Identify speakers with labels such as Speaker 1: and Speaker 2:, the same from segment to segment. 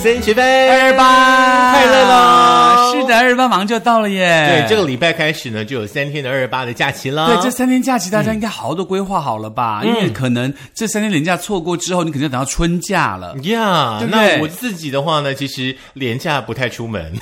Speaker 1: 森学飞，
Speaker 2: 二八
Speaker 1: 快乐喽！
Speaker 2: 是的，二八马上就要到了耶。
Speaker 1: 对，这个礼拜开始呢，就有三天的二十八的假期了。
Speaker 2: 对这三天假期，大家应该好好的规划好了吧？
Speaker 1: 嗯
Speaker 2: 因为可能这三天连假错过之后，你可能要等到春假了。
Speaker 1: 呀
Speaker 2: 对不对
Speaker 1: 那我自己的话呢，其实廉价不太出门。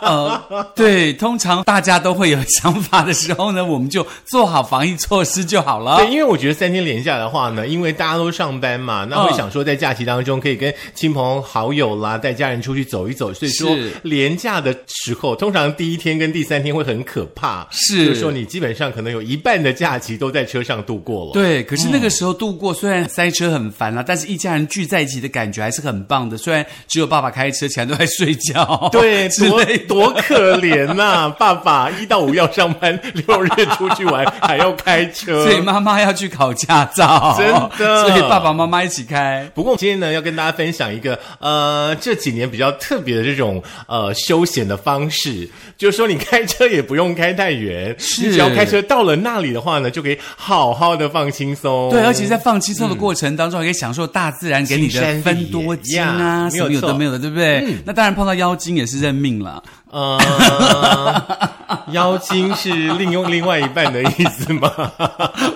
Speaker 2: 呃，对，通常大家都会有想法的时候呢，我们就做好防疫措施就好了。
Speaker 1: 对，因为我觉得三天连假的话呢，因为大家都上班嘛，那会
Speaker 2: 嗯
Speaker 1: 想说在假期当中可以跟亲朋好友啦，带家人出去走一走。所以说
Speaker 2: 是
Speaker 1: 连假的时候，通常第一天跟第三天会很可怕，
Speaker 2: 是
Speaker 1: 就是说你基本上可能有一半的假期都在车上度过了。
Speaker 2: 对，可是那个时候度过，虽然塞车很烦啦、但是一家人聚在一起的感觉还是很棒的。虽然只有爸爸开车，其他人都在睡觉，
Speaker 1: 对，
Speaker 2: 之
Speaker 1: 多
Speaker 2: 类的
Speaker 1: 多可怜呐、爸爸一到五要上班，六日出去玩还要开车
Speaker 2: 所。以妈妈要去考驾照，
Speaker 1: 真的
Speaker 2: 所以爸爸妈妈一起开。
Speaker 1: 不过今天呢，要跟大家分享一个呃，这几年比较特别的这种呃休闲的方式，就是说你开车也不用开太远，你只要开车到了那里的话呢，就可以好好的放轻松。
Speaker 2: 对，而且在放轻松的过程当中，还可以享受大自然给你
Speaker 1: 青山
Speaker 2: 的
Speaker 1: 绿
Speaker 2: 分多
Speaker 1: 野
Speaker 2: 精啊，
Speaker 1: 呀没
Speaker 2: 什么
Speaker 1: 有
Speaker 2: 有
Speaker 1: 错嗯
Speaker 2: 的没有的，对不对？那当然碰到妖精也是认 命了。
Speaker 1: 呃， 妖精是另用另外一半的意思吗？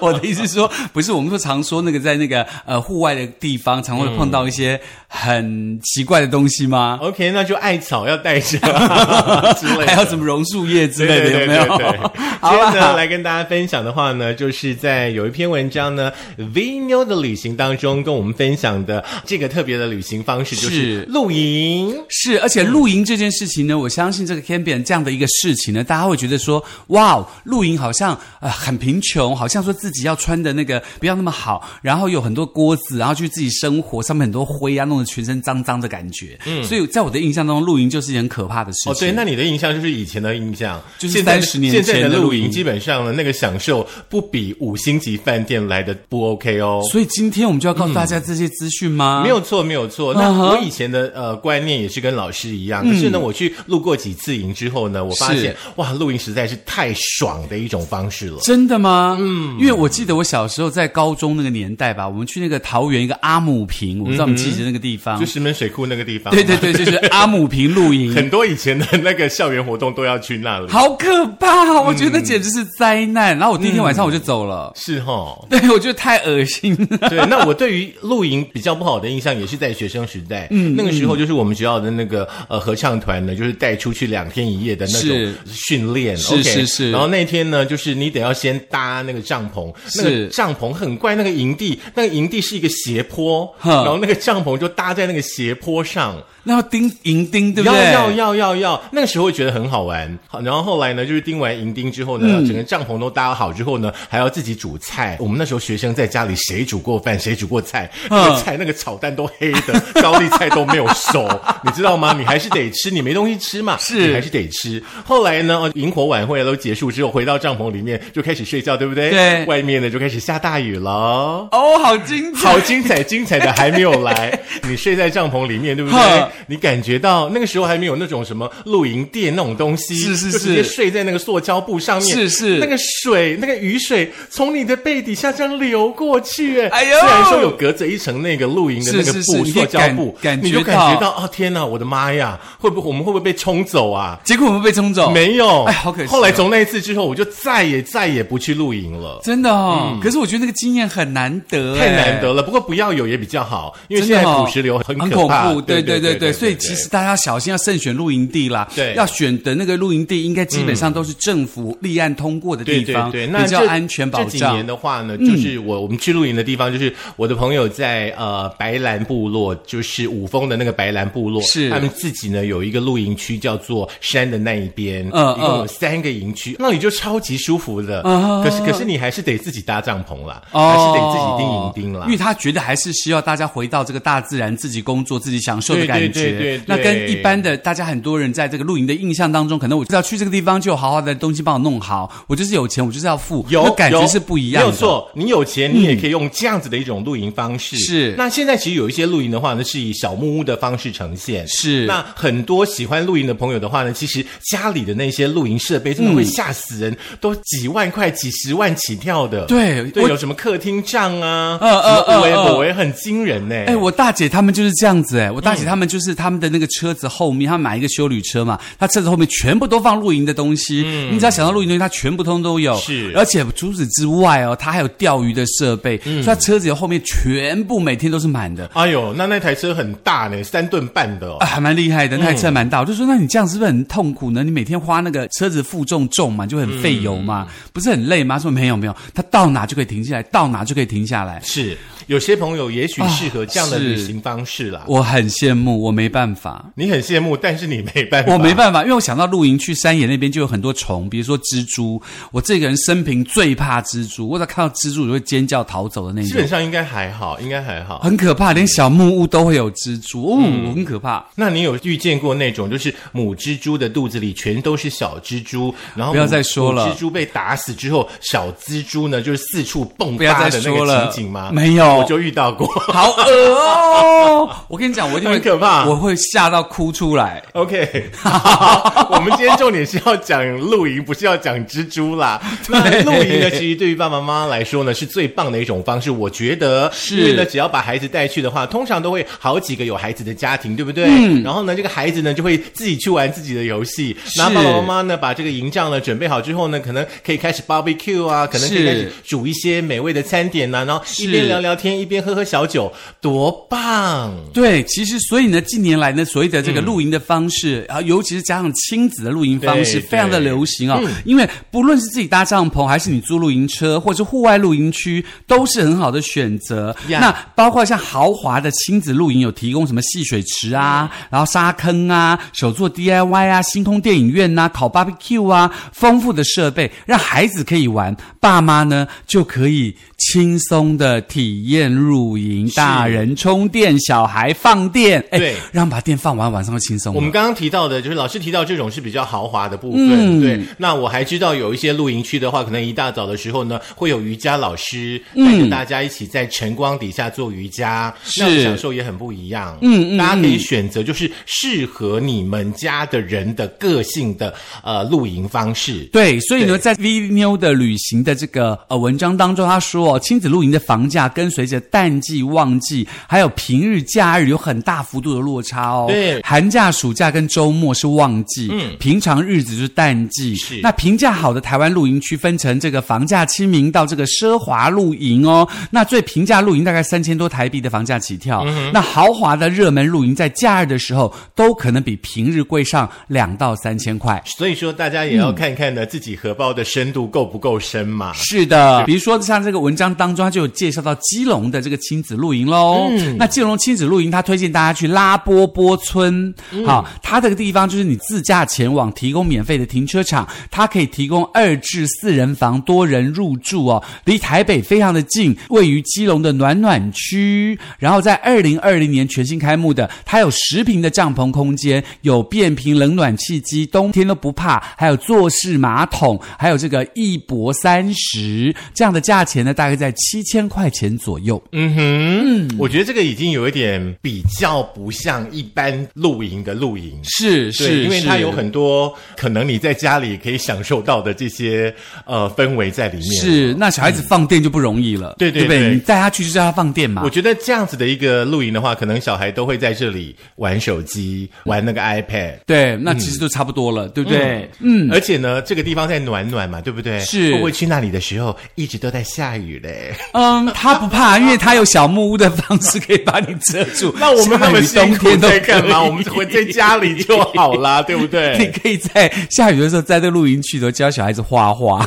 Speaker 2: 我的意思是说，不是我们说常说那个在那个呃户外的地方，常会碰到一些很奇怪的东西吗？
Speaker 1: OK，那就艾草要带着 哦之类的，
Speaker 2: 还有什么榕树叶之类的，
Speaker 1: 对
Speaker 2: 有没
Speaker 1: 对对
Speaker 2: 有
Speaker 1: 对？
Speaker 2: 好
Speaker 1: 今
Speaker 2: 啊
Speaker 1: 天呢，
Speaker 2: 了，
Speaker 1: 来跟大家分享的话呢，就是在有一篇文章呢，V New 的旅行当中跟我们分享的这个特别的旅行方式，就是
Speaker 2: 是
Speaker 1: 露营。
Speaker 2: 是，
Speaker 1: 嗯
Speaker 2: 而且露营这件事情呢，我相信这个 Cambian 这样的一个事情呢，大家会觉得说，哇哦，露营好像呃很贫穷，好像说自己要穿的那个不要那么好，然后有很多锅子，然后去自己生活，上面很多灰啊，弄得全身脏脏的感觉。嗯，所以在我的印象当中，露营就是一件很可怕的事情。
Speaker 1: 哦，对，那你的印象就是以前的印象，
Speaker 2: 就是
Speaker 1: 现在
Speaker 2: 30年
Speaker 1: 现在
Speaker 2: 前
Speaker 1: 的
Speaker 2: 的
Speaker 1: 露
Speaker 2: 露
Speaker 1: 营，
Speaker 2: 营
Speaker 1: 基本上呢，那个享受不比五星级饭店来的不 OK 哦。
Speaker 2: 所以今天我们就要告诉大家这些资讯吗？
Speaker 1: 嗯没有错，没有错。那
Speaker 2: 啊嗯哼嗯
Speaker 1: 我以前的呃观念也是跟老师一样，可是呢，我去露过几次营之后呢，我发
Speaker 2: 是
Speaker 1: 现哇，露营实在是太爽的一种方式了。
Speaker 2: 真的吗？嗯，因为我记得我小时候在高中那个年代吧，我们去那个桃园一个阿姆坪，我不知道你记得那个地方。
Speaker 1: 嗯就石门水库那个地方，
Speaker 2: 对对对，就是阿姆坪 露营，
Speaker 1: 很多以前的那个校园活动都要去那里。
Speaker 2: 好可怕！我觉得简直是灾
Speaker 1: 嗯
Speaker 2: 难。然后我第一天晚上我就走了，，
Speaker 1: 是哈
Speaker 2: 对我觉得太恶心 了。
Speaker 1: 对，那我对于露营比较不好的印象也是在学生时代，嗯，那个时候就是我们学校的那个呃合唱团呢，就是带出去两天一夜的那种
Speaker 2: 是
Speaker 1: 训练
Speaker 2: 是
Speaker 1: ，OK，
Speaker 2: 是是
Speaker 1: 然后那天呢，就是你得要先搭那个帐篷，那个
Speaker 2: 是
Speaker 1: 帐篷很怪，那个营地，那个营地是一个斜坡，
Speaker 2: 哼
Speaker 1: 然后那个帐篷就搭在那个斜坡上，
Speaker 2: 那要钉银钉，对不
Speaker 1: 要
Speaker 2: 对？
Speaker 1: 要要要要，那个时候觉得很好玩。好，然后后来呢，就是钉完银钉之后呢，
Speaker 2: 嗯
Speaker 1: 整个帐篷都搭好之后呢，还要自己煮菜。我们那时候学生在家里谁煮过饭，谁煮过菜，
Speaker 2: 嗯
Speaker 1: 那个菜那个炒蛋都黑的，高丽菜都没有熟，你知道吗？你还是得吃，你没东西吃嘛，
Speaker 2: 是
Speaker 1: 你还是得吃。后来呢，哦萤火晚会都结束之后，回到帐篷里面就开始睡觉，对不对？
Speaker 2: 对
Speaker 1: 外面呢就开始下大雨了。
Speaker 2: 哦，好精 彩！
Speaker 1: 好精彩，精彩的还没有来。你睡在帐篷里面，对不对
Speaker 2: 呵？
Speaker 1: 你感觉到那个时候还没有那种什么露营垫那种东西，
Speaker 2: 是是
Speaker 1: 就直接
Speaker 2: 是
Speaker 1: 睡在那个塑胶布上面，
Speaker 2: 是是
Speaker 1: 那个水，那个雨水从你的背底下这样流过去，哎，
Speaker 2: 哎呦
Speaker 1: 虽然说有隔着一层那个露营的那个布
Speaker 2: 是是是你可
Speaker 1: 塑
Speaker 2: 以
Speaker 1: 胶
Speaker 2: 感
Speaker 1: 布，
Speaker 2: 感
Speaker 1: 你就
Speaker 2: 觉
Speaker 1: 感
Speaker 2: 到
Speaker 1: 觉到，哦，天哪，我的妈呀，会不会我们会不会被冲走啊？
Speaker 2: 结果我们被冲走，
Speaker 1: 没有，
Speaker 2: 哎好可惜哦
Speaker 1: 后来从那一次之后，我就再也再也不去露营了。
Speaker 2: 真的哦。可是我觉得那个经验很难得，
Speaker 1: 嗯太
Speaker 2: 哎
Speaker 1: 难得了，不过不要有也比较好，因为
Speaker 2: 真
Speaker 1: 现
Speaker 2: 的
Speaker 1: 在
Speaker 2: 哦
Speaker 1: 土石流很
Speaker 2: 很
Speaker 1: 可
Speaker 2: 恐
Speaker 1: 怕，
Speaker 2: 怖，对对对对，所以其实大家要小心，要慎选露营地啦。
Speaker 1: 对
Speaker 2: 要选的那个露营地应该基本上都是政府立案通过的
Speaker 1: 对
Speaker 2: 地
Speaker 1: 对
Speaker 2: 方，
Speaker 1: 对，那
Speaker 2: 比较
Speaker 1: 这
Speaker 2: 安全保
Speaker 1: 这几
Speaker 2: 障嗯
Speaker 1: 年。的话呢，就是我我们去露营的地方，就是我的朋友在呃白兰部落，就是五峰的那个白兰部落，
Speaker 2: 是
Speaker 1: 他们自己呢有一个露营区，叫做山的那一边，
Speaker 2: 嗯
Speaker 1: 一共有
Speaker 2: 嗯
Speaker 1: 三个营区，那里就超级舒服的。可是可是你还是得自己搭帐篷啦，
Speaker 2: 哦
Speaker 1: 还是得自己钉营钉啦
Speaker 2: 因为。他觉得还是需要大家回到这个大自然，自己工作、自己享受的感觉。
Speaker 1: 对对对对
Speaker 2: 那跟一般的大家很多人在这个露营的印象当中，可能我知道去这个地方就有好好的东西帮我弄好，我就是有钱，我就是要付，
Speaker 1: 有
Speaker 2: 那感觉
Speaker 1: 有
Speaker 2: 是不一样的。嗯
Speaker 1: 没有错。你有钱，你也可以用这样子的一种露营方式。
Speaker 2: 是
Speaker 1: 那现在其实有一些露营的话呢，是以小木屋的方式呈现。现。
Speaker 2: 是
Speaker 1: 那很多喜欢露营的朋友的话呢，其实家里的那些露营设备真
Speaker 2: 嗯
Speaker 1: 的会吓死人，都几万块、几十万起跳的。
Speaker 2: 对
Speaker 1: 对，
Speaker 2: 我
Speaker 1: 有什么客厅帐啊，
Speaker 2: 嗯嗯
Speaker 1: 什么五维、
Speaker 2: 嗯嗯
Speaker 1: 五维很惊人呢、
Speaker 2: 哎、我大姐他们就是这样子哎、我大姐他们就是他们的那个车子后面，他们买一个修旅车嘛，他车子后面全部都放露营的东西，你只要想到露营的东西，他全部通都有。
Speaker 1: 是
Speaker 2: 而且除此之外哦，他还有钓鱼的设备，所以他车子后面全部每天都是满的。
Speaker 1: 哎呦，那那台车很大呢，三吨半的、哦
Speaker 2: 啊，。还蛮厉害的，那台车还蛮大。我就说，那你这样是不是很痛苦呢？你每天花那个车子负重重嘛，就会很费油嘛，不是很累吗？他说没有没有，他到哪就可以停下来，到哪就可以停下来。
Speaker 1: 是，有些朋友也许适合这样的
Speaker 2: 啊是
Speaker 1: 旅行方式啦。
Speaker 2: 我很羡慕，我没办法。
Speaker 1: 你很羡慕，但是你没办法，
Speaker 2: 我没办法，因为我想到露营去山野那边就有很多虫，比如说蜘蛛。我这个人生平最怕蜘蛛，我只要看到蜘蛛我就会尖叫逃走的那
Speaker 1: 基
Speaker 2: 种
Speaker 1: 本，上应该还好，应该还好。
Speaker 2: 很可怕，连小木屋都会有蜘蛛，哦，
Speaker 1: 嗯
Speaker 2: 很可怕。
Speaker 1: 那你有遇见过那种就是母蜘蛛的肚子里全都是小蜘蛛，然后
Speaker 2: 不要
Speaker 1: 母
Speaker 2: 再说了
Speaker 1: 母蜘蛛被打死之后，小蜘蛛呢就是四处迸
Speaker 2: 不要
Speaker 1: 发
Speaker 2: 再
Speaker 1: 的那个
Speaker 2: 说了
Speaker 1: 情景吗？
Speaker 2: 没有
Speaker 1: 我就遇到过。
Speaker 2: 好恶哦！我跟你讲，我一定会
Speaker 1: 很可怕
Speaker 2: 我会吓到哭出来。
Speaker 1: OK，好，我们今天重点是要讲露营，不是要讲蜘蛛啦。 那露营呢，其实对于爸爸妈妈来说呢，是最棒的一种方式，我觉得。
Speaker 2: 是
Speaker 1: 因为呢，只要把孩子带去的话，通常都会好几个有孩子的家庭，对不对？
Speaker 2: 嗯
Speaker 1: 然后呢，这个孩子呢就会自己去玩自己的游戏，然后爸爸妈妈呢把这个营帐呢准备好之后呢，可能可以开始 barbecue 啊，可能可以
Speaker 2: 是
Speaker 1: 开始煮一些美味的餐点呐、然后一边
Speaker 2: 是
Speaker 1: 聊聊天，一边喝喝小酒，多棒！
Speaker 2: 对，其实所以呢，近年来呢，所谓的
Speaker 1: 嗯
Speaker 2: 这个露营的方式，啊、尤其是加上亲子的露营方式，
Speaker 1: 对
Speaker 2: 非常的
Speaker 1: 对嗯
Speaker 2: 流行哦。因为不论是自己搭帐篷，还是你租露营车，或者是户外露营区，都是很好的选择。
Speaker 1: 呀
Speaker 2: 那包括像豪华的亲子露营，有提供什么戏水池啊，
Speaker 1: 嗯
Speaker 2: 然后沙坑啊，手做 DIY 啊，星空电影院呐、烤 BBQ 啊，丰富的设备让孩子可以玩，爸妈呢就可以轻松的体验露营，大人充电，小孩放电，哎
Speaker 1: 对
Speaker 2: 让把电放完，晚上会轻松哦
Speaker 1: 我
Speaker 2: 了。
Speaker 1: 们刚刚提到的，就是老师提到这种是比较豪华的部分，对。那我还知道有一些露营区的话，可能一大早的时候呢，会有瑜伽老师带着大家一起在晨光底下做瑜伽，那种
Speaker 2: 是
Speaker 1: 享受也很不一样。嗯嗯，大家可以选择就是适合你们家的人的个性的呃露营方式。
Speaker 2: 对，所以呢，
Speaker 1: 对
Speaker 2: 在 V 妞的旅行的这个呃文章当中，他说哦，亲子露营的房价跟随着淡季、旺季，还有平日、假日有很大幅度的落差哦。
Speaker 1: 对
Speaker 2: 寒假、暑假跟周末是旺季，嗯，平常日子就是淡季。
Speaker 1: 是
Speaker 2: 那评价好的台湾露营区分成这个房价亲民到这个奢华露营哦，那最平价露营大概三千多台币的房价起跳，
Speaker 1: 嗯
Speaker 2: 那豪华的热门露营在假日的时候都可能比平日贵上两到三千块。
Speaker 1: 所以说，大家也要看看呢，自己荷包的深度够不够深嘛。
Speaker 2: 是的，比如说像这个文章当中，他就有介绍到基隆的这个亲子露营喽。那基隆亲子露营，他推荐大家去拉波波村。好，它这个地方就是你自驾前往，提供免费的停车场，它可以提供二至四人房多人入住哦，离台北非常的近，位于基隆的暖暖区。然后在二零二零年全新开幕的，它有十平的帐篷空间，有变频冷暖气机，冬天都不怕，还有坐式马桶，还有这个一博三十这样的价钱呢，大概在七千块钱左右。
Speaker 1: 嗯哼，我觉得这个已经有一点比较不像一般露营的露营。
Speaker 2: 是
Speaker 1: 对，因为它有很多可能你在家里可以享受到的这些呃氛围在里面。，
Speaker 2: 是，那小孩子放电就不容易了，
Speaker 1: 对对
Speaker 2: 对不
Speaker 1: 对
Speaker 2: 你带他去就叫他放电嘛
Speaker 1: 我。觉得这样子的一个露营的话，可能小孩都会在这里玩手机、玩那个 iPad。
Speaker 2: 对，那其实就差不多了，对不对？
Speaker 1: 嗯，而且呢，这个地方在暖暖嘛，对不对？
Speaker 2: 是
Speaker 1: 会不会去那里的时候一直都在下雨 嘞？。
Speaker 2: 嗯，他不怕，因为他有小木屋的方式可以把你遮住
Speaker 1: 那我们那么
Speaker 2: 下雨
Speaker 1: 辛
Speaker 2: 冬
Speaker 1: 苦
Speaker 2: 天都
Speaker 1: 在干嘛？
Speaker 2: 可以
Speaker 1: 我们回在家里就好啦，对不
Speaker 2: 你
Speaker 1: 对？
Speaker 2: 可以在下雨的时候，在这露营区里头教小孩子画画。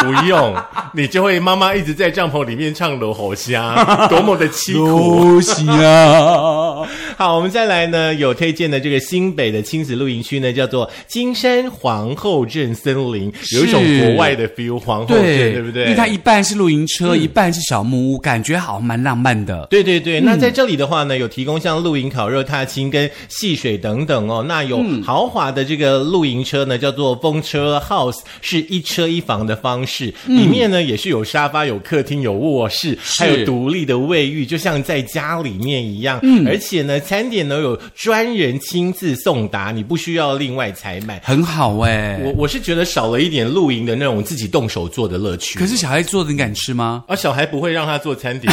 Speaker 1: 不用，你就会妈妈一直在帐篷里面唱《罗喉虾》，多么的凄苦。啊
Speaker 2: 行啊！
Speaker 1: 好，我们再来呢，有推荐的这个新北的亲子露营区呢，叫做金山皇后镇森林，有一种国外的 feel，皇后镇，对
Speaker 2: 对，
Speaker 1: 不对？嗯
Speaker 2: 因为它一半是露营车，一半是小木屋，感觉好蛮浪漫的。
Speaker 1: 对对对，那在这里的话呢，有提供像露营、烤肉、踏青跟戏水等等哦。那有豪华的这个露营车呢，叫做风车 house，是一车一房的方式，里面呢也是有沙发、有客厅、有卧室，还有独立的卫浴，就像在家里面一样。而且呢，餐点呢有专人亲自送达，你不需要另外采买。
Speaker 2: 很好哎、
Speaker 1: 我我是觉得少了一点露营的那种自己动手做的乐趣。
Speaker 2: 可是小孩做的你敢吃吗？
Speaker 1: 啊，小孩不会让他做餐 点，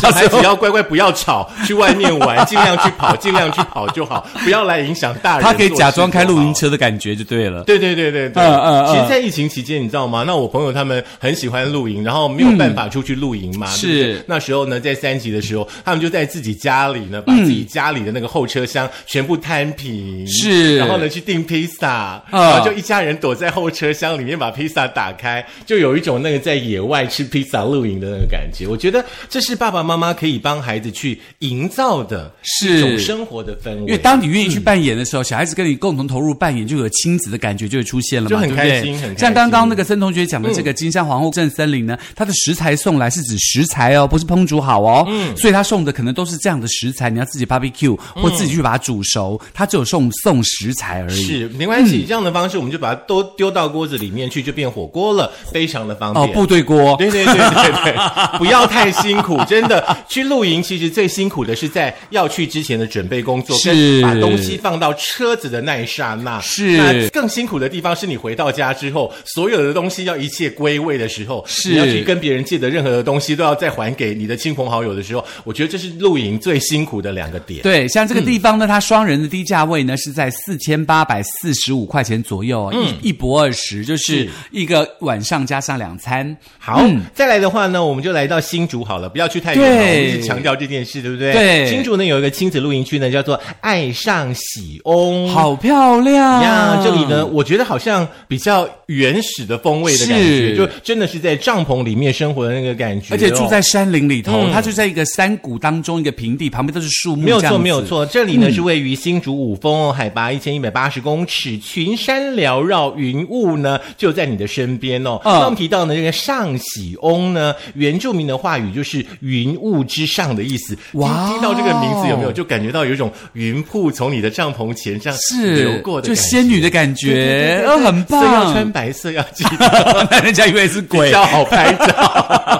Speaker 1: 小孩只要乖乖不要吵，去外面玩，尽量去跑，尽量去跑就好，不要来影响大人。
Speaker 2: 他可以假装开露营。车的感觉就对了。
Speaker 1: 对对对对对，
Speaker 2: 嗯嗯嗯
Speaker 1: 其实，在疫情期间，你知道吗？那我朋友他们很喜欢露营，然后没有办法出去露营嘛。
Speaker 2: 是
Speaker 1: 对不对那时候呢，在三级的时候，他们就在自己家里呢，
Speaker 2: 嗯
Speaker 1: 把自己家里的那个后车厢全部摊平，
Speaker 2: 是
Speaker 1: 然后呢去订披萨，
Speaker 2: 嗯
Speaker 1: 然后就一家人躲在后车厢里面把披萨打开，就有一种那个在野外吃披萨露营的那个感觉。我觉得这是爸爸妈妈可以帮孩子去营造的
Speaker 2: 是
Speaker 1: 一种生活的氛围，
Speaker 2: 因为当你愿意
Speaker 1: 嗯
Speaker 2: 去扮演的时候，小孩子跟你共同投入扮演，就有亲子的感觉就会出现了嘛，
Speaker 1: 就很
Speaker 2: 对不对
Speaker 1: 开心很开心
Speaker 2: 像刚刚那个曾同学讲的这个金山皇后镇森林呢，它的食材送来是指食材哦，不是烹煮好哦，嗯，所以他送的可能都是这样的食材，你要自己 barbecue
Speaker 1: 嗯
Speaker 2: 或自己去把它煮熟，他只有送送食材而已。嗯
Speaker 1: 是，没关系，这样的方式我们就把它都丢到锅子里面去，就变火锅了，非常的方便。
Speaker 2: 哦，部队锅，
Speaker 1: 对对对对对，不要太辛苦，真的。去露营其实最辛苦的是在要去之前的准备工作，
Speaker 2: 是
Speaker 1: 跟把东西放到车子的那一刹那。
Speaker 2: 是
Speaker 1: 那更辛苦的地方是你回到家之后，所有的东西要一切归位的时候，
Speaker 2: 是
Speaker 1: 你要去跟别人借的任何的东西都要再还给你的亲朋好友的时候，我觉得这是露营最辛苦的两个点。
Speaker 2: 对，像这个地方呢，它双人的低价位
Speaker 1: 嗯
Speaker 2: 呢是在四千八百四十五块钱左右，一一博二十，就是
Speaker 1: 是
Speaker 2: 一个晚上加上两餐。
Speaker 1: 好，再来的话呢，我们就来到新竹好了，不要去太远
Speaker 2: 嗯对
Speaker 1: 了，我们一直强调这件事，对不对？
Speaker 2: 对
Speaker 1: 新竹呢有一个亲子露营区呢，叫做爱上喜翁。。
Speaker 2: 好漂亮
Speaker 1: 呀，这里呢，，我觉得好像比较原始的风味的感
Speaker 2: 是
Speaker 1: 觉，就真的是在帐篷里面生活的那个感觉哦、
Speaker 2: 而且住在山林里头，它就在一个山谷当中，一个平地，旁边都是树木，
Speaker 1: 嗯没有
Speaker 2: 这样
Speaker 1: 错，
Speaker 2: 子嗯
Speaker 1: 没有。错。这里呢、是位于新竹五峰哦，海拔一千一百八十公尺，群山缭绕，云雾呢就在你的身边哦。
Speaker 2: 嗯
Speaker 1: 那我们提到呢，这个上喜翁呢，原住民的话语就是“云雾之上”的意思。
Speaker 2: 哇哦
Speaker 1: 听听到这个名字有没有就感觉到有一种云瀑从你的帐篷前这样
Speaker 2: 是
Speaker 1: 流过的
Speaker 2: 就
Speaker 1: 感觉
Speaker 2: 仙女的感
Speaker 1: 对对对
Speaker 2: 觉
Speaker 1: 对，对
Speaker 2: 哦，很
Speaker 1: 所以要
Speaker 2: 棒
Speaker 1: 穿。白色，要记得
Speaker 2: 那人家以为是
Speaker 1: 比
Speaker 2: 鬼，
Speaker 1: 较好拍照。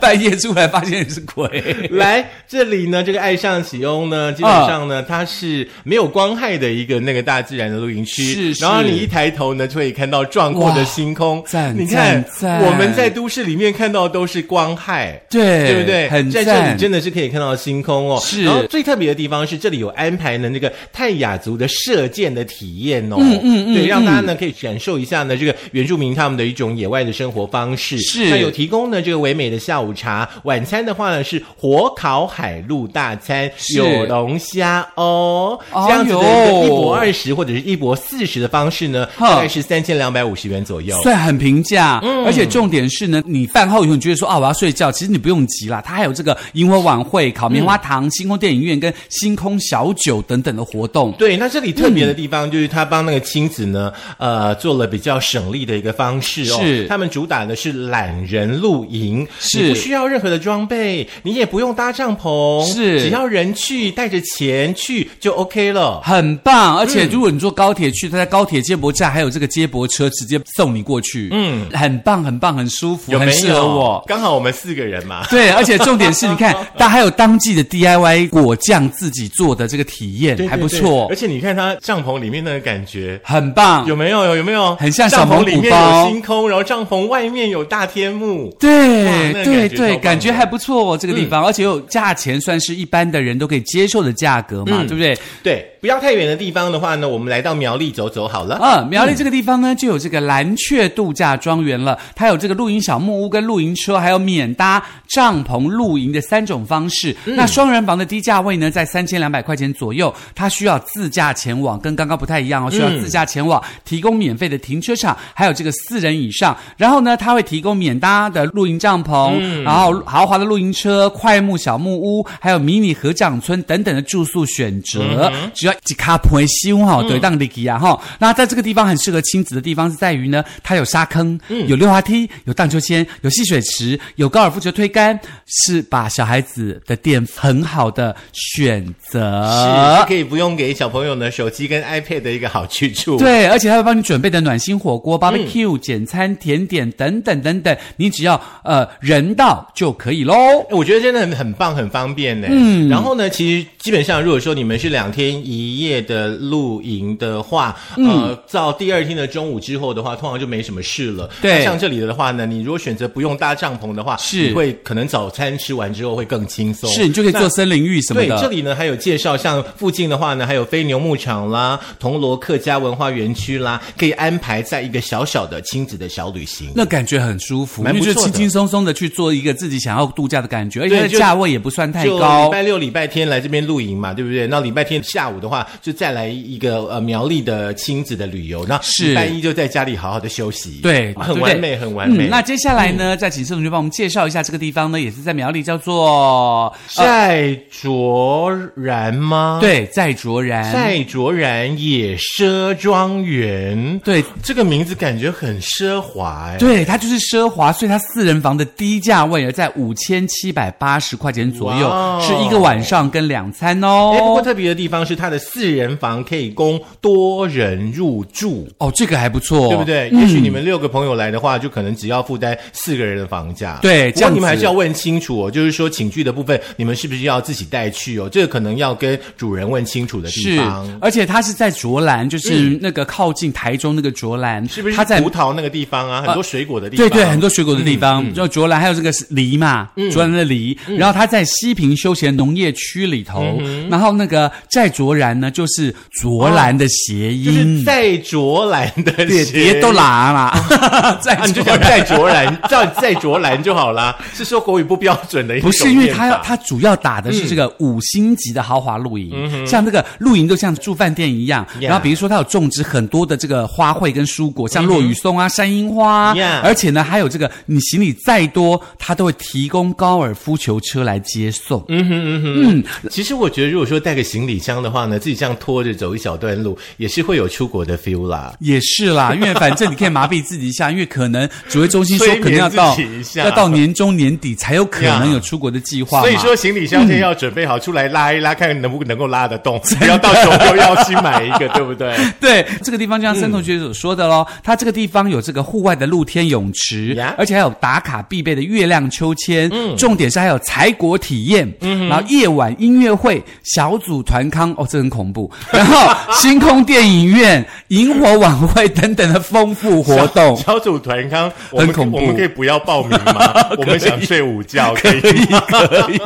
Speaker 2: 半夜出来发现是鬼。
Speaker 1: 来这里呢，这个爱上喜翁呢，基本上
Speaker 2: 啊
Speaker 1: 呢，它是没有光害的一个那个大自然的露营区。
Speaker 2: 是是
Speaker 1: 然后你一抬头呢，就可以看到壮阔的星空。
Speaker 2: 赞
Speaker 1: 你看
Speaker 2: 赞赞
Speaker 1: 我们在都市里面看到都是光害。
Speaker 2: 对
Speaker 1: 对不对？
Speaker 2: 很
Speaker 1: 在
Speaker 2: 赞。
Speaker 1: 这里真的是可以看到星空哦。
Speaker 2: 是
Speaker 1: 然后最特别的地方是这里有安排呢那个泰雅族的射箭的体验哦。嗯嗯嗯，对，让大家呢可以感受一下呢这个原住民他们的一种野外的生活方式。
Speaker 2: 是
Speaker 1: 那有提供呢这个唯美的下午茶，晚餐的话呢是火烤海陆大餐，
Speaker 2: 是
Speaker 1: 有龙虾哦，
Speaker 2: 哎呦
Speaker 1: 这样子的一个一博二十或者是一博四十的方式呢，
Speaker 2: 哼
Speaker 1: 大概是三千两百五十元左右。
Speaker 2: 算很平价，
Speaker 1: 嗯
Speaker 2: 而且重点是呢，你饭后以后你觉得说啊我要睡觉，其实你不用急啦，它还有这个萤火晚会、烤棉花糖、星空电影院跟星空小酒等等的活动。
Speaker 1: 对，那这里特
Speaker 2: 嗯
Speaker 1: 别的地方就是他帮那个亲子呢，呃，做了比较省力的一个方式哦。
Speaker 2: 是
Speaker 1: 他们主打的是懒人露营，
Speaker 2: 是
Speaker 1: 你不需要任何的装备，你也不用搭帐篷，
Speaker 2: 是
Speaker 1: 只要人去，带着钱去就 OK 了。
Speaker 2: 很棒，而
Speaker 1: 嗯
Speaker 2: 且如果你坐高铁去，它在高铁接驳站还有这个接驳车直接送你过去，嗯，很棒，很棒，很舒服，
Speaker 1: 有没
Speaker 2: 很
Speaker 1: 有？
Speaker 2: 适合我。
Speaker 1: 刚好我们四个人嘛。
Speaker 2: 对，而且重点是，你看，它还有当季的 DIY 果酱自己做的这个体验，
Speaker 1: 对对
Speaker 2: 还不
Speaker 1: 对
Speaker 2: 错
Speaker 1: 而，且你看他帐篷里面那个感觉，
Speaker 2: 很棒。
Speaker 1: 有没有？有没有？
Speaker 2: 很像小
Speaker 1: 帐
Speaker 2: 蒙
Speaker 1: 篷
Speaker 2: 古
Speaker 1: 里面
Speaker 2: 包
Speaker 1: 有星空，然后帐篷外面有大天幕。哇
Speaker 2: 对
Speaker 1: 那
Speaker 2: 对
Speaker 1: 感觉超嗯
Speaker 2: 对，
Speaker 1: 棒
Speaker 2: 感觉
Speaker 1: 的
Speaker 2: 还不错哦，这个地方，而且有价钱算是一般的人都可以接受的价格
Speaker 1: 嗯
Speaker 2: 嘛，对不对？
Speaker 1: 对，不要太远的地方的话呢，我们来到苗栗走走好了。
Speaker 2: 嗯，苗栗这个地方呢，就有这个蓝雀度假庄园了，它有这个露营小木屋跟露营车，还有免搭帐篷露营的三种方式。那双人房的低价位呢，在三千两百块钱左右，它需要自驾前往，跟刚刚不太一样哦，需要自驾前往，提供免费的停车场，还有这个四人以上。然后呢，它会提供免搭的露营帐篷，然后豪华的露营车、快木小木屋，还有迷你合掌村等等的住宿选择，只要一卡盘修哈，对当利基啊哈。那在这个地方很适合亲子的地方是在于呢，它有沙坑，有溜滑梯，有荡秋千，有戏水池，有高尔夫球推杆，是把小孩子的店很好的选
Speaker 1: 是是
Speaker 2: 择。
Speaker 1: 可以不用给小朋友呢手机跟 iPad 的一个好去处。。
Speaker 2: 对，而且他会帮你准备的暖心火锅、barbecue、简餐、甜点等等等等，你只要呃人人到就可以喽。
Speaker 1: 哎我觉得真的很很棒，很方便呢。嗯，然后呢，其实基本上，如果说你们是两天一夜的露营的话，
Speaker 2: 嗯
Speaker 1: 呃，到第二天的中午之后的话，通常就没什么事了。
Speaker 2: 对
Speaker 1: 那像这里的话呢，你如果选择不用搭帐篷的话，
Speaker 2: 是
Speaker 1: 你会可能早餐吃完之后会更轻松。
Speaker 2: 是你就可以做森林浴什么
Speaker 1: 对，
Speaker 2: 的。
Speaker 1: 这里呢还有介绍，像附近的话呢，还有飞牛牧场啦、铜锣客家文化园区啦，可以安排在一个小小的亲子的小旅行。
Speaker 2: 那感觉很舒服，
Speaker 1: 蛮
Speaker 2: 因为
Speaker 1: 不
Speaker 2: 就
Speaker 1: 错
Speaker 2: 轻
Speaker 1: 的
Speaker 2: 轻松松的去做一个自己想要度假的感觉，而且
Speaker 1: 对
Speaker 2: 它的
Speaker 1: 就
Speaker 2: 价位也不算太
Speaker 1: 就
Speaker 2: 高
Speaker 1: 礼。拜六、礼拜天来这边露营嘛，对不对？那礼拜天下午的话，就再来一个呃苗栗的亲子的旅游，那
Speaker 2: 是
Speaker 1: 礼拜一就在家里好好的休息，
Speaker 2: 对，对
Speaker 1: 很
Speaker 2: 不对
Speaker 1: 完美，很完美。呃
Speaker 2: 嗯那接下来呢，再请盛总就帮我们介绍一下这个地方呢，也是在苗栗，叫做
Speaker 1: 啊
Speaker 2: 呃
Speaker 1: 晒卓然吗？，
Speaker 2: 对，在卓然，
Speaker 1: 晒卓然野奢庄园，
Speaker 2: 对
Speaker 1: 这个名字感觉很奢华哎。
Speaker 2: 对，它就是奢华，所以它四人房的低价位而在五千七百八十块钱左右，
Speaker 1: 哇哦
Speaker 2: 是一个晚上跟两餐
Speaker 1: 哎，不过
Speaker 2: 哦。
Speaker 1: 特别的地方是它的四人房可以供多人入住，
Speaker 2: 哦，这个还不错，
Speaker 1: 对不？对？也许你们六个朋友来的话，就可能只要负担四个人的房价。
Speaker 2: 对
Speaker 1: 不
Speaker 2: 这样
Speaker 1: 过
Speaker 2: 子
Speaker 1: 你们还是要问清楚哦，就是说寝具的部分，你们是不是要自己带去哦？这个可能要跟主人问清楚的地
Speaker 2: 是
Speaker 1: 方，，
Speaker 2: 而且它是在卓兰，就是那个靠近台中那个卓兰，
Speaker 1: 是不是
Speaker 2: 它在呃
Speaker 1: 葡萄那个地方啊？很多水果的地方，嗯
Speaker 2: 对对，很多水果的地方，就卓兰还有这个是梨嘛，卓兰的梨。然后它在西平休闲农业区里头，
Speaker 1: 嗯
Speaker 2: 然后那个在卓然呢，就是卓兰的谐
Speaker 1: 就是
Speaker 2: 音，
Speaker 1: 在卓兰的
Speaker 2: 别
Speaker 1: 鞋
Speaker 2: 别都 拿啦， 在
Speaker 1: 啊，你就
Speaker 2: 卓
Speaker 1: 讲
Speaker 2: 然。
Speaker 1: 在卓兰， 叫在卓兰就好啦。是说国语不标准的一种
Speaker 2: 不是，因为
Speaker 1: 念
Speaker 2: 它要
Speaker 1: 法
Speaker 2: 它主要打的是这个五星级的豪华露营，像那个露营都像住饭店一样。
Speaker 1: 嗯 Yeah
Speaker 2: 然后比如说它有种植很多的这个花卉跟蔬果，像落羽松啊、山樱花啊
Speaker 1: 嗯 Yeah
Speaker 2: 而且呢还有这个你行李再多，它都会提供高尔夫球车来接送。嗯，
Speaker 1: 其实我觉得，如果说带个行李箱的话呢，自己这样拖着走一小段路，也是会有出国的 feel 啦。
Speaker 2: 也 是啦，因为反正你可以麻痹自己一下，因为可能指挥中心说
Speaker 1: 催
Speaker 2: 可能要
Speaker 1: 眠自
Speaker 2: 到
Speaker 1: 己一下
Speaker 2: 要到年终年底才有可能
Speaker 1: Yeah
Speaker 2: 有出国的计划嘛。
Speaker 1: 所以说，行李箱先要准备好，出来拉一拉，看能不能够拉得动，不要到时候又要去买一个，对不 对？
Speaker 2: 对，这个地方就像森同学所说的
Speaker 1: 嗯
Speaker 2: 喽，它这个地方有这个户外的露天泳池
Speaker 1: 呀，
Speaker 2: 而且还有打卡必备的月亮秋千，
Speaker 1: 嗯
Speaker 2: 重点是还有采果体验，然后夜晚音乐会、小组团康，哦，这很恐怖， 然后星空电影院、萤火晚会等等的丰富活动。
Speaker 1: 小组团康，我们
Speaker 2: 很恐怖
Speaker 1: 我们可以不要报名 吗？我们想睡午觉，可以吗？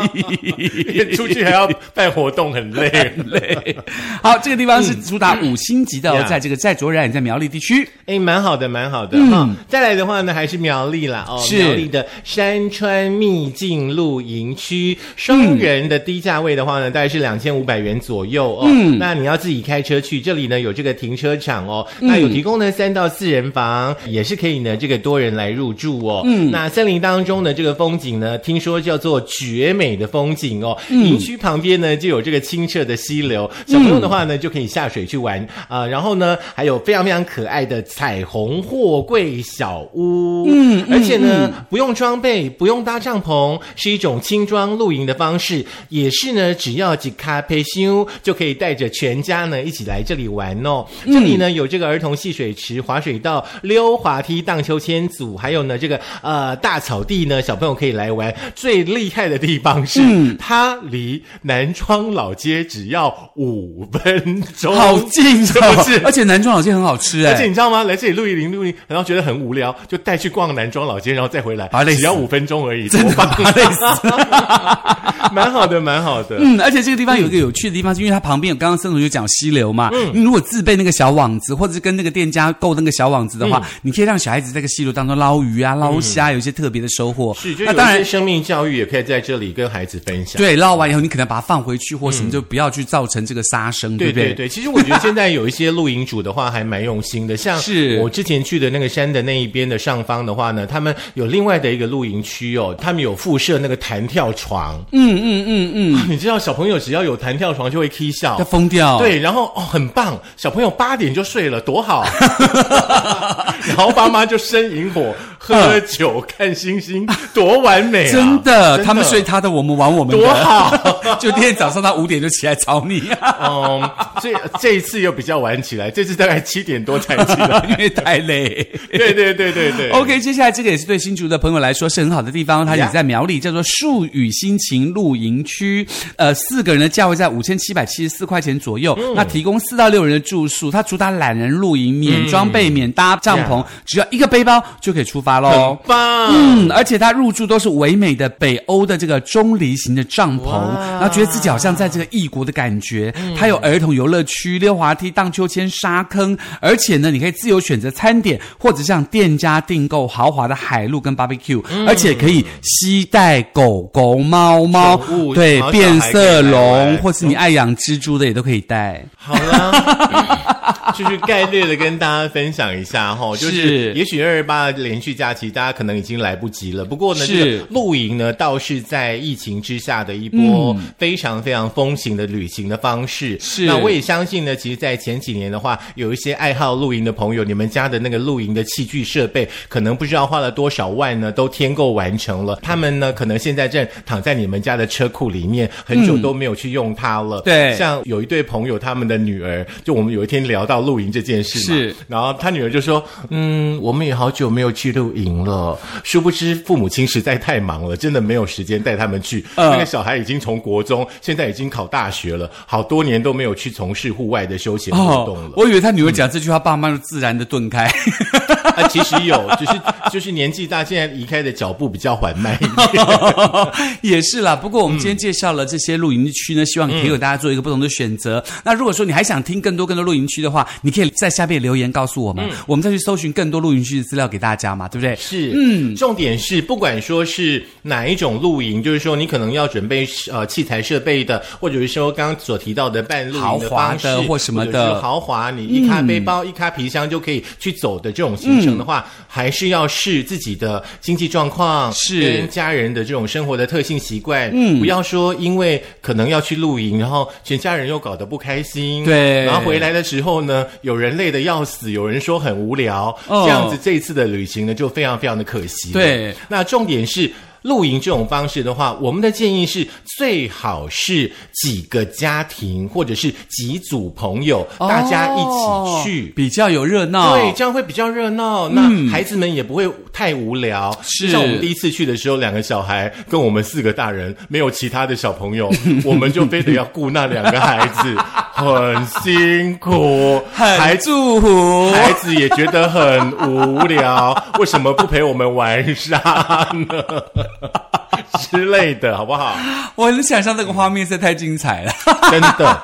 Speaker 1: 可以 出去还要办活动，很累。
Speaker 2: 对， 好，这个地方是主打五星级的、哦，
Speaker 1: 呀
Speaker 2: 在这个在卓然也在苗栗地区。
Speaker 1: 哎，蛮好的，蛮好的哈、再来的话呢，还嗯是苗栗啦，哦，
Speaker 2: 是
Speaker 1: 苗栗的山川秘境露营区，双人的低价位的话呢，大概是两千五百元左右哦。嗯，那你要自己开车去，这里呢有这个停车场哦，那有提供呢三到四人房，也是可以呢这个多人来入住哦。嗯，那森林当中的这个风景呢，听说叫做绝美的风景哦。营区旁边呢就有这个清澈的溪流，小朋友的话呢就可以下水去玩啊、然后呢还有非常非常可爱的彩虹货柜小屋，嗯，而且呢、不用装备，不用搭帐篷，是一种轻装露营的方式，也是呢只要几卡培修就可以带着全家呢一起来这里玩哦。这里呢有这个儿童戏水池、滑水道、溜滑梯、荡秋千组，还有呢这个呃大草地呢，小朋友可以来玩。最厉害的地方是，它离南庄老街只要五分钟，
Speaker 2: 好近
Speaker 1: 是
Speaker 2: 哦，
Speaker 1: 不是？
Speaker 2: 而且南庄老街很好吃哎、
Speaker 1: 而且你知道吗？来这里露营露营，然后觉得很无聊，就带去逛南庄老街，然后再回来
Speaker 2: 把他啊累，死
Speaker 1: 只要五分钟而已，
Speaker 2: 真的
Speaker 1: 多棒！
Speaker 2: 把他累死
Speaker 1: 蛮好的，蛮好 的。
Speaker 2: 嗯，而且这个地方有一个有趣的地方，是因为它旁边有刚刚森总就讲溪流嘛，
Speaker 1: 嗯
Speaker 2: 你如果自备那个小网子，或者是跟那个店家购那个小网子的
Speaker 1: 嗯
Speaker 2: 话，你可以让小孩子在这个溪流当中捞鱼啊、捞虾，有一些特别的收获。
Speaker 1: 是，就
Speaker 2: 那
Speaker 1: 有
Speaker 2: 当
Speaker 1: 一
Speaker 2: 然
Speaker 1: 些。生命教育也可以在这里跟孩子分享。
Speaker 2: 对，捞完以后你可能把它放回去或什么，就不要去造成这个杀生，对
Speaker 1: 对
Speaker 2: 不对？
Speaker 1: 嗯对对，其实我觉得现在有一些露营主的话还蛮用心的，像
Speaker 2: 是
Speaker 1: 我之前去的那个山的那一边的上方的话呢，他们有另外的一个露营区哦，他们有附设那个弹跳 床，
Speaker 2: 嗯嗯嗯嗯，
Speaker 1: 你知道小朋友只要有弹跳床就会 k 笑
Speaker 2: 要，疯掉。，
Speaker 1: 对，然后哦，很棒， 小朋友八点就睡了，多好。然后爸妈就生萤火，喝酒、看星星，多完美啊！
Speaker 2: 真的，他们睡他的，我们玩我们的，
Speaker 1: 多好！
Speaker 2: 就天天早上他五点就起来找你、 啊，
Speaker 1: 嗯，这这一次又比较晚起来，这次大概七点多才起
Speaker 2: 因
Speaker 1: 来。
Speaker 2: 为太累。
Speaker 1: 对对对对对。
Speaker 2: OK，接下来这个也是对新竹的朋友来说是很好的地方，它也在苗栗，叫做树语心情露营区。呃，四个人的价位在五千七百七十四块钱左右，
Speaker 1: 嗯
Speaker 2: 那提供四到六人的住宿，它主打懒人露营，免装备、免搭帐篷
Speaker 1: Yeah，
Speaker 2: 只要一个背包就可以出发
Speaker 1: 很
Speaker 2: 喽。
Speaker 1: 棒。
Speaker 2: 嗯，而且它入住都是唯美的北欧的这个钟离型的帐篷，
Speaker 1: 哇
Speaker 2: 然后觉得自己好像在这个异国的感觉。它有儿童游乐区、溜滑梯、荡秋千、沙坑，而且呢，你可以自由选择餐点，或者向店家订购豪华的海陆跟 barbecue，、而
Speaker 1: 嗯
Speaker 2: 且可以携带狗狗、猫猫
Speaker 1: 宠物，
Speaker 2: 对
Speaker 1: 毛小，孩
Speaker 2: 变色
Speaker 1: 可以带回来
Speaker 2: 龙，或是你爱养蜘蛛的也都可以带。
Speaker 1: 好啦， 就是概略的跟大家分享一下哈，就是是也许二二八连续假期大家可能已经来不及了，不过呢，
Speaker 2: 是
Speaker 1: 这个露营呢倒是在疫情之下的一波非常非常风行的旅行的方式。
Speaker 2: 嗯是
Speaker 1: 那我也相信呢，其实，在前几年的话，有一些爱好露营的朋友，你们家的那个露营的器具设备，可能不知道花了多少万呢，都添购完成
Speaker 2: 嗯
Speaker 1: 了。他们呢，可能现在正躺在你们家的车库里面，很久都没有去用它了。
Speaker 2: 嗯对
Speaker 1: 像。像有一对朋友，他们的女儿，就我们有一天聊到露营这件事嘛，
Speaker 2: 是
Speaker 1: 然后他女儿就说：“嗯，我们也好久没有去露营了。”殊不知父母亲实在太忙了，真的没有时间带他们去。
Speaker 2: 嗯
Speaker 1: 那个小孩已经从国中，现在已经考大学了，好多年都没有去从事户外的休闲活动了。
Speaker 2: 哦我以为他女儿讲这句话，爸妈就自然的顿开。
Speaker 1: 啊，其实有，只是 就是年纪大，现在离开的脚步比较缓慢一点。
Speaker 2: 也是啦，不过我们
Speaker 1: 嗯
Speaker 2: 今天介绍了这些露营区呢，希望可以给大家做一个不同的选择。那如果说你还想听更多更多露营区的话，你可以在下面留言告诉我们，我们再去搜寻更多露营区的资料给大家嘛，对不对？
Speaker 1: 嗯是，嗯，重点是不管说是哪一种露营，就是说你可能要准备呃器材设备的，或者是说刚刚所提到的半露营的
Speaker 2: 豪华
Speaker 1: 方
Speaker 2: 的
Speaker 1: 式
Speaker 2: 或什么的
Speaker 1: 者是豪华，你一卡背包、一卡皮箱就可以去走的这种行程的话，
Speaker 2: 嗯
Speaker 1: 还是要视自己的经济状况，
Speaker 2: 是
Speaker 1: 跟家人的这种生活的特性习惯，嗯，不要说因为可能要去露营，然后全家人又搞得不开心，
Speaker 2: 对
Speaker 1: 然后回来的时候呢，有人累得要死，有人说很无聊，
Speaker 2: 哦
Speaker 1: 这样子这一次的旅行呢，就非常非常的可惜。
Speaker 2: 对，
Speaker 1: 那重点是。露营这种方式的话，我们的建议是最好是几个家庭或者是几组朋友，大家一起
Speaker 2: 哦
Speaker 1: 去。
Speaker 2: 比较有热闹。
Speaker 1: 对，这样会比较热闹，那孩子们也不会太无聊。
Speaker 2: 嗯是
Speaker 1: 就像我们第一次去的时候，两个小孩跟我们四个大人，没有其他的小朋友， 我们就非得要顾那两个孩子，很辛苦，
Speaker 2: 很
Speaker 1: 孩
Speaker 2: 祝福，
Speaker 1: 孩子也觉得很无聊，为什么不陪我们玩沙呢？ 之类的，好不好？
Speaker 2: 我很想象那个画面，实在太精彩了。
Speaker 1: 真 的。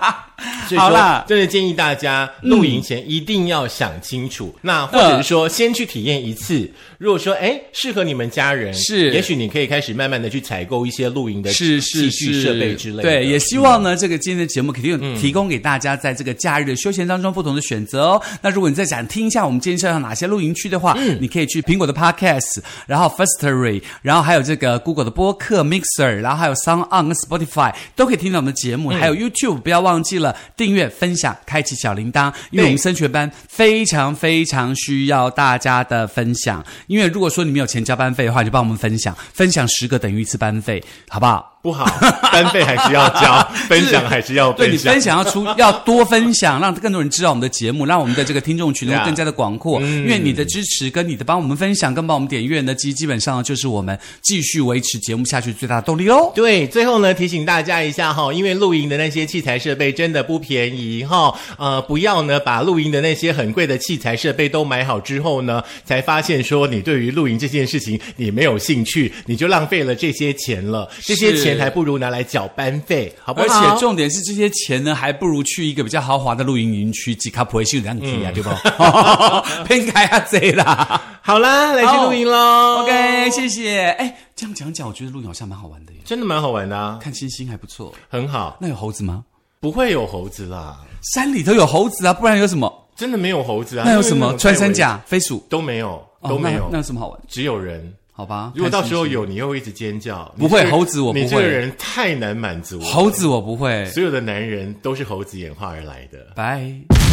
Speaker 1: 所以
Speaker 2: 好
Speaker 1: 说
Speaker 2: 啦，
Speaker 1: 真的建议大家露营前一定要想清楚。那或者是说，先去体验一次。如果说哎适合你们家人，
Speaker 2: 是
Speaker 1: 也许你可以开始慢慢的去采购一些露营的
Speaker 2: 是
Speaker 1: 器
Speaker 2: 是
Speaker 1: 具
Speaker 2: 是
Speaker 1: 设备之类的。
Speaker 2: 对，也希望呢，这个今天的节目可以有提供给大家在这个假日的休闲当中不同的选择哦。那如果你在想听一下我们今天介绍哪些露营区的话，你可以去苹果的 Podcast，然后 Firstory，然后还有这个 Google 的播客 Mixer，然后还有 Sound On 跟 Spotify 都可以听到我们的节目，还有 YouTube，不要忘记了订阅、分享、开启小铃铛，因为我
Speaker 1: 对
Speaker 2: 们升学班非常非常需要大家的分享。因为如果说你没有钱交班费的话，你就帮我们分享，分享十个等于一次班费，好不好？
Speaker 1: 不好，单费还是要 交，分享还是要
Speaker 2: 对你
Speaker 1: 分享
Speaker 2: 分。享要出要多分享，让更多人知道我们的节目，让我们的这个听众群能
Speaker 1: Yeah 嗯
Speaker 2: 更加的广阔。因为你的支持跟你的帮我们分享跟帮我们点阅呢，基基本上就是我们继续维持节目下去最大的动力哦。
Speaker 1: 对，最后呢提醒大家一下哈、因为露营的那些器材设备真的不便宜哈、呃，不要呢把露营的那些很贵的器材设备都买好之后呢，才发现说你对于露营这件事情你没有兴趣，你就浪费了这些钱了，这些
Speaker 2: 是
Speaker 1: 钱还不如拿来缴班费，好不好？
Speaker 2: 而且重点是，这些钱呢，还不如去一个比较豪华的露营营区，几卡普维修两天
Speaker 1: 嗯
Speaker 2: 啊，对不？ 偏开啊，这啦。
Speaker 1: 好啦，来去
Speaker 2: 好
Speaker 1: 露营喽
Speaker 2: OK，谢谢。哎，这样讲讲，我觉得露营好像蛮好玩的耶，
Speaker 1: 真的蛮好玩的、啊，
Speaker 2: 看星星还不错。
Speaker 1: 很好，
Speaker 2: 那有猴子吗？
Speaker 1: 不会有猴子啦，
Speaker 2: 山里头有猴子啊，不然有什么？
Speaker 1: 真的没有猴子啊，
Speaker 2: 那有
Speaker 1: 因为
Speaker 2: 什
Speaker 1: 那
Speaker 2: 么？
Speaker 1: 种
Speaker 2: 穿
Speaker 1: 太
Speaker 2: 山
Speaker 1: 危
Speaker 2: 甲、飞鼠。
Speaker 1: 都没有，
Speaker 2: 哦
Speaker 1: 都没有，
Speaker 2: 那那有什么好玩？
Speaker 1: 只有人。
Speaker 2: 好吧，
Speaker 1: 如果到
Speaker 2: 看
Speaker 1: 时候
Speaker 2: 心情
Speaker 1: 有，你又会一直尖叫。
Speaker 2: 不会
Speaker 1: 你这个
Speaker 2: 猴子我不会
Speaker 1: 你这个人太难满足了。
Speaker 2: 猴子，我不会，
Speaker 1: 所有的男人都是猴子演化而来的。
Speaker 2: 拜。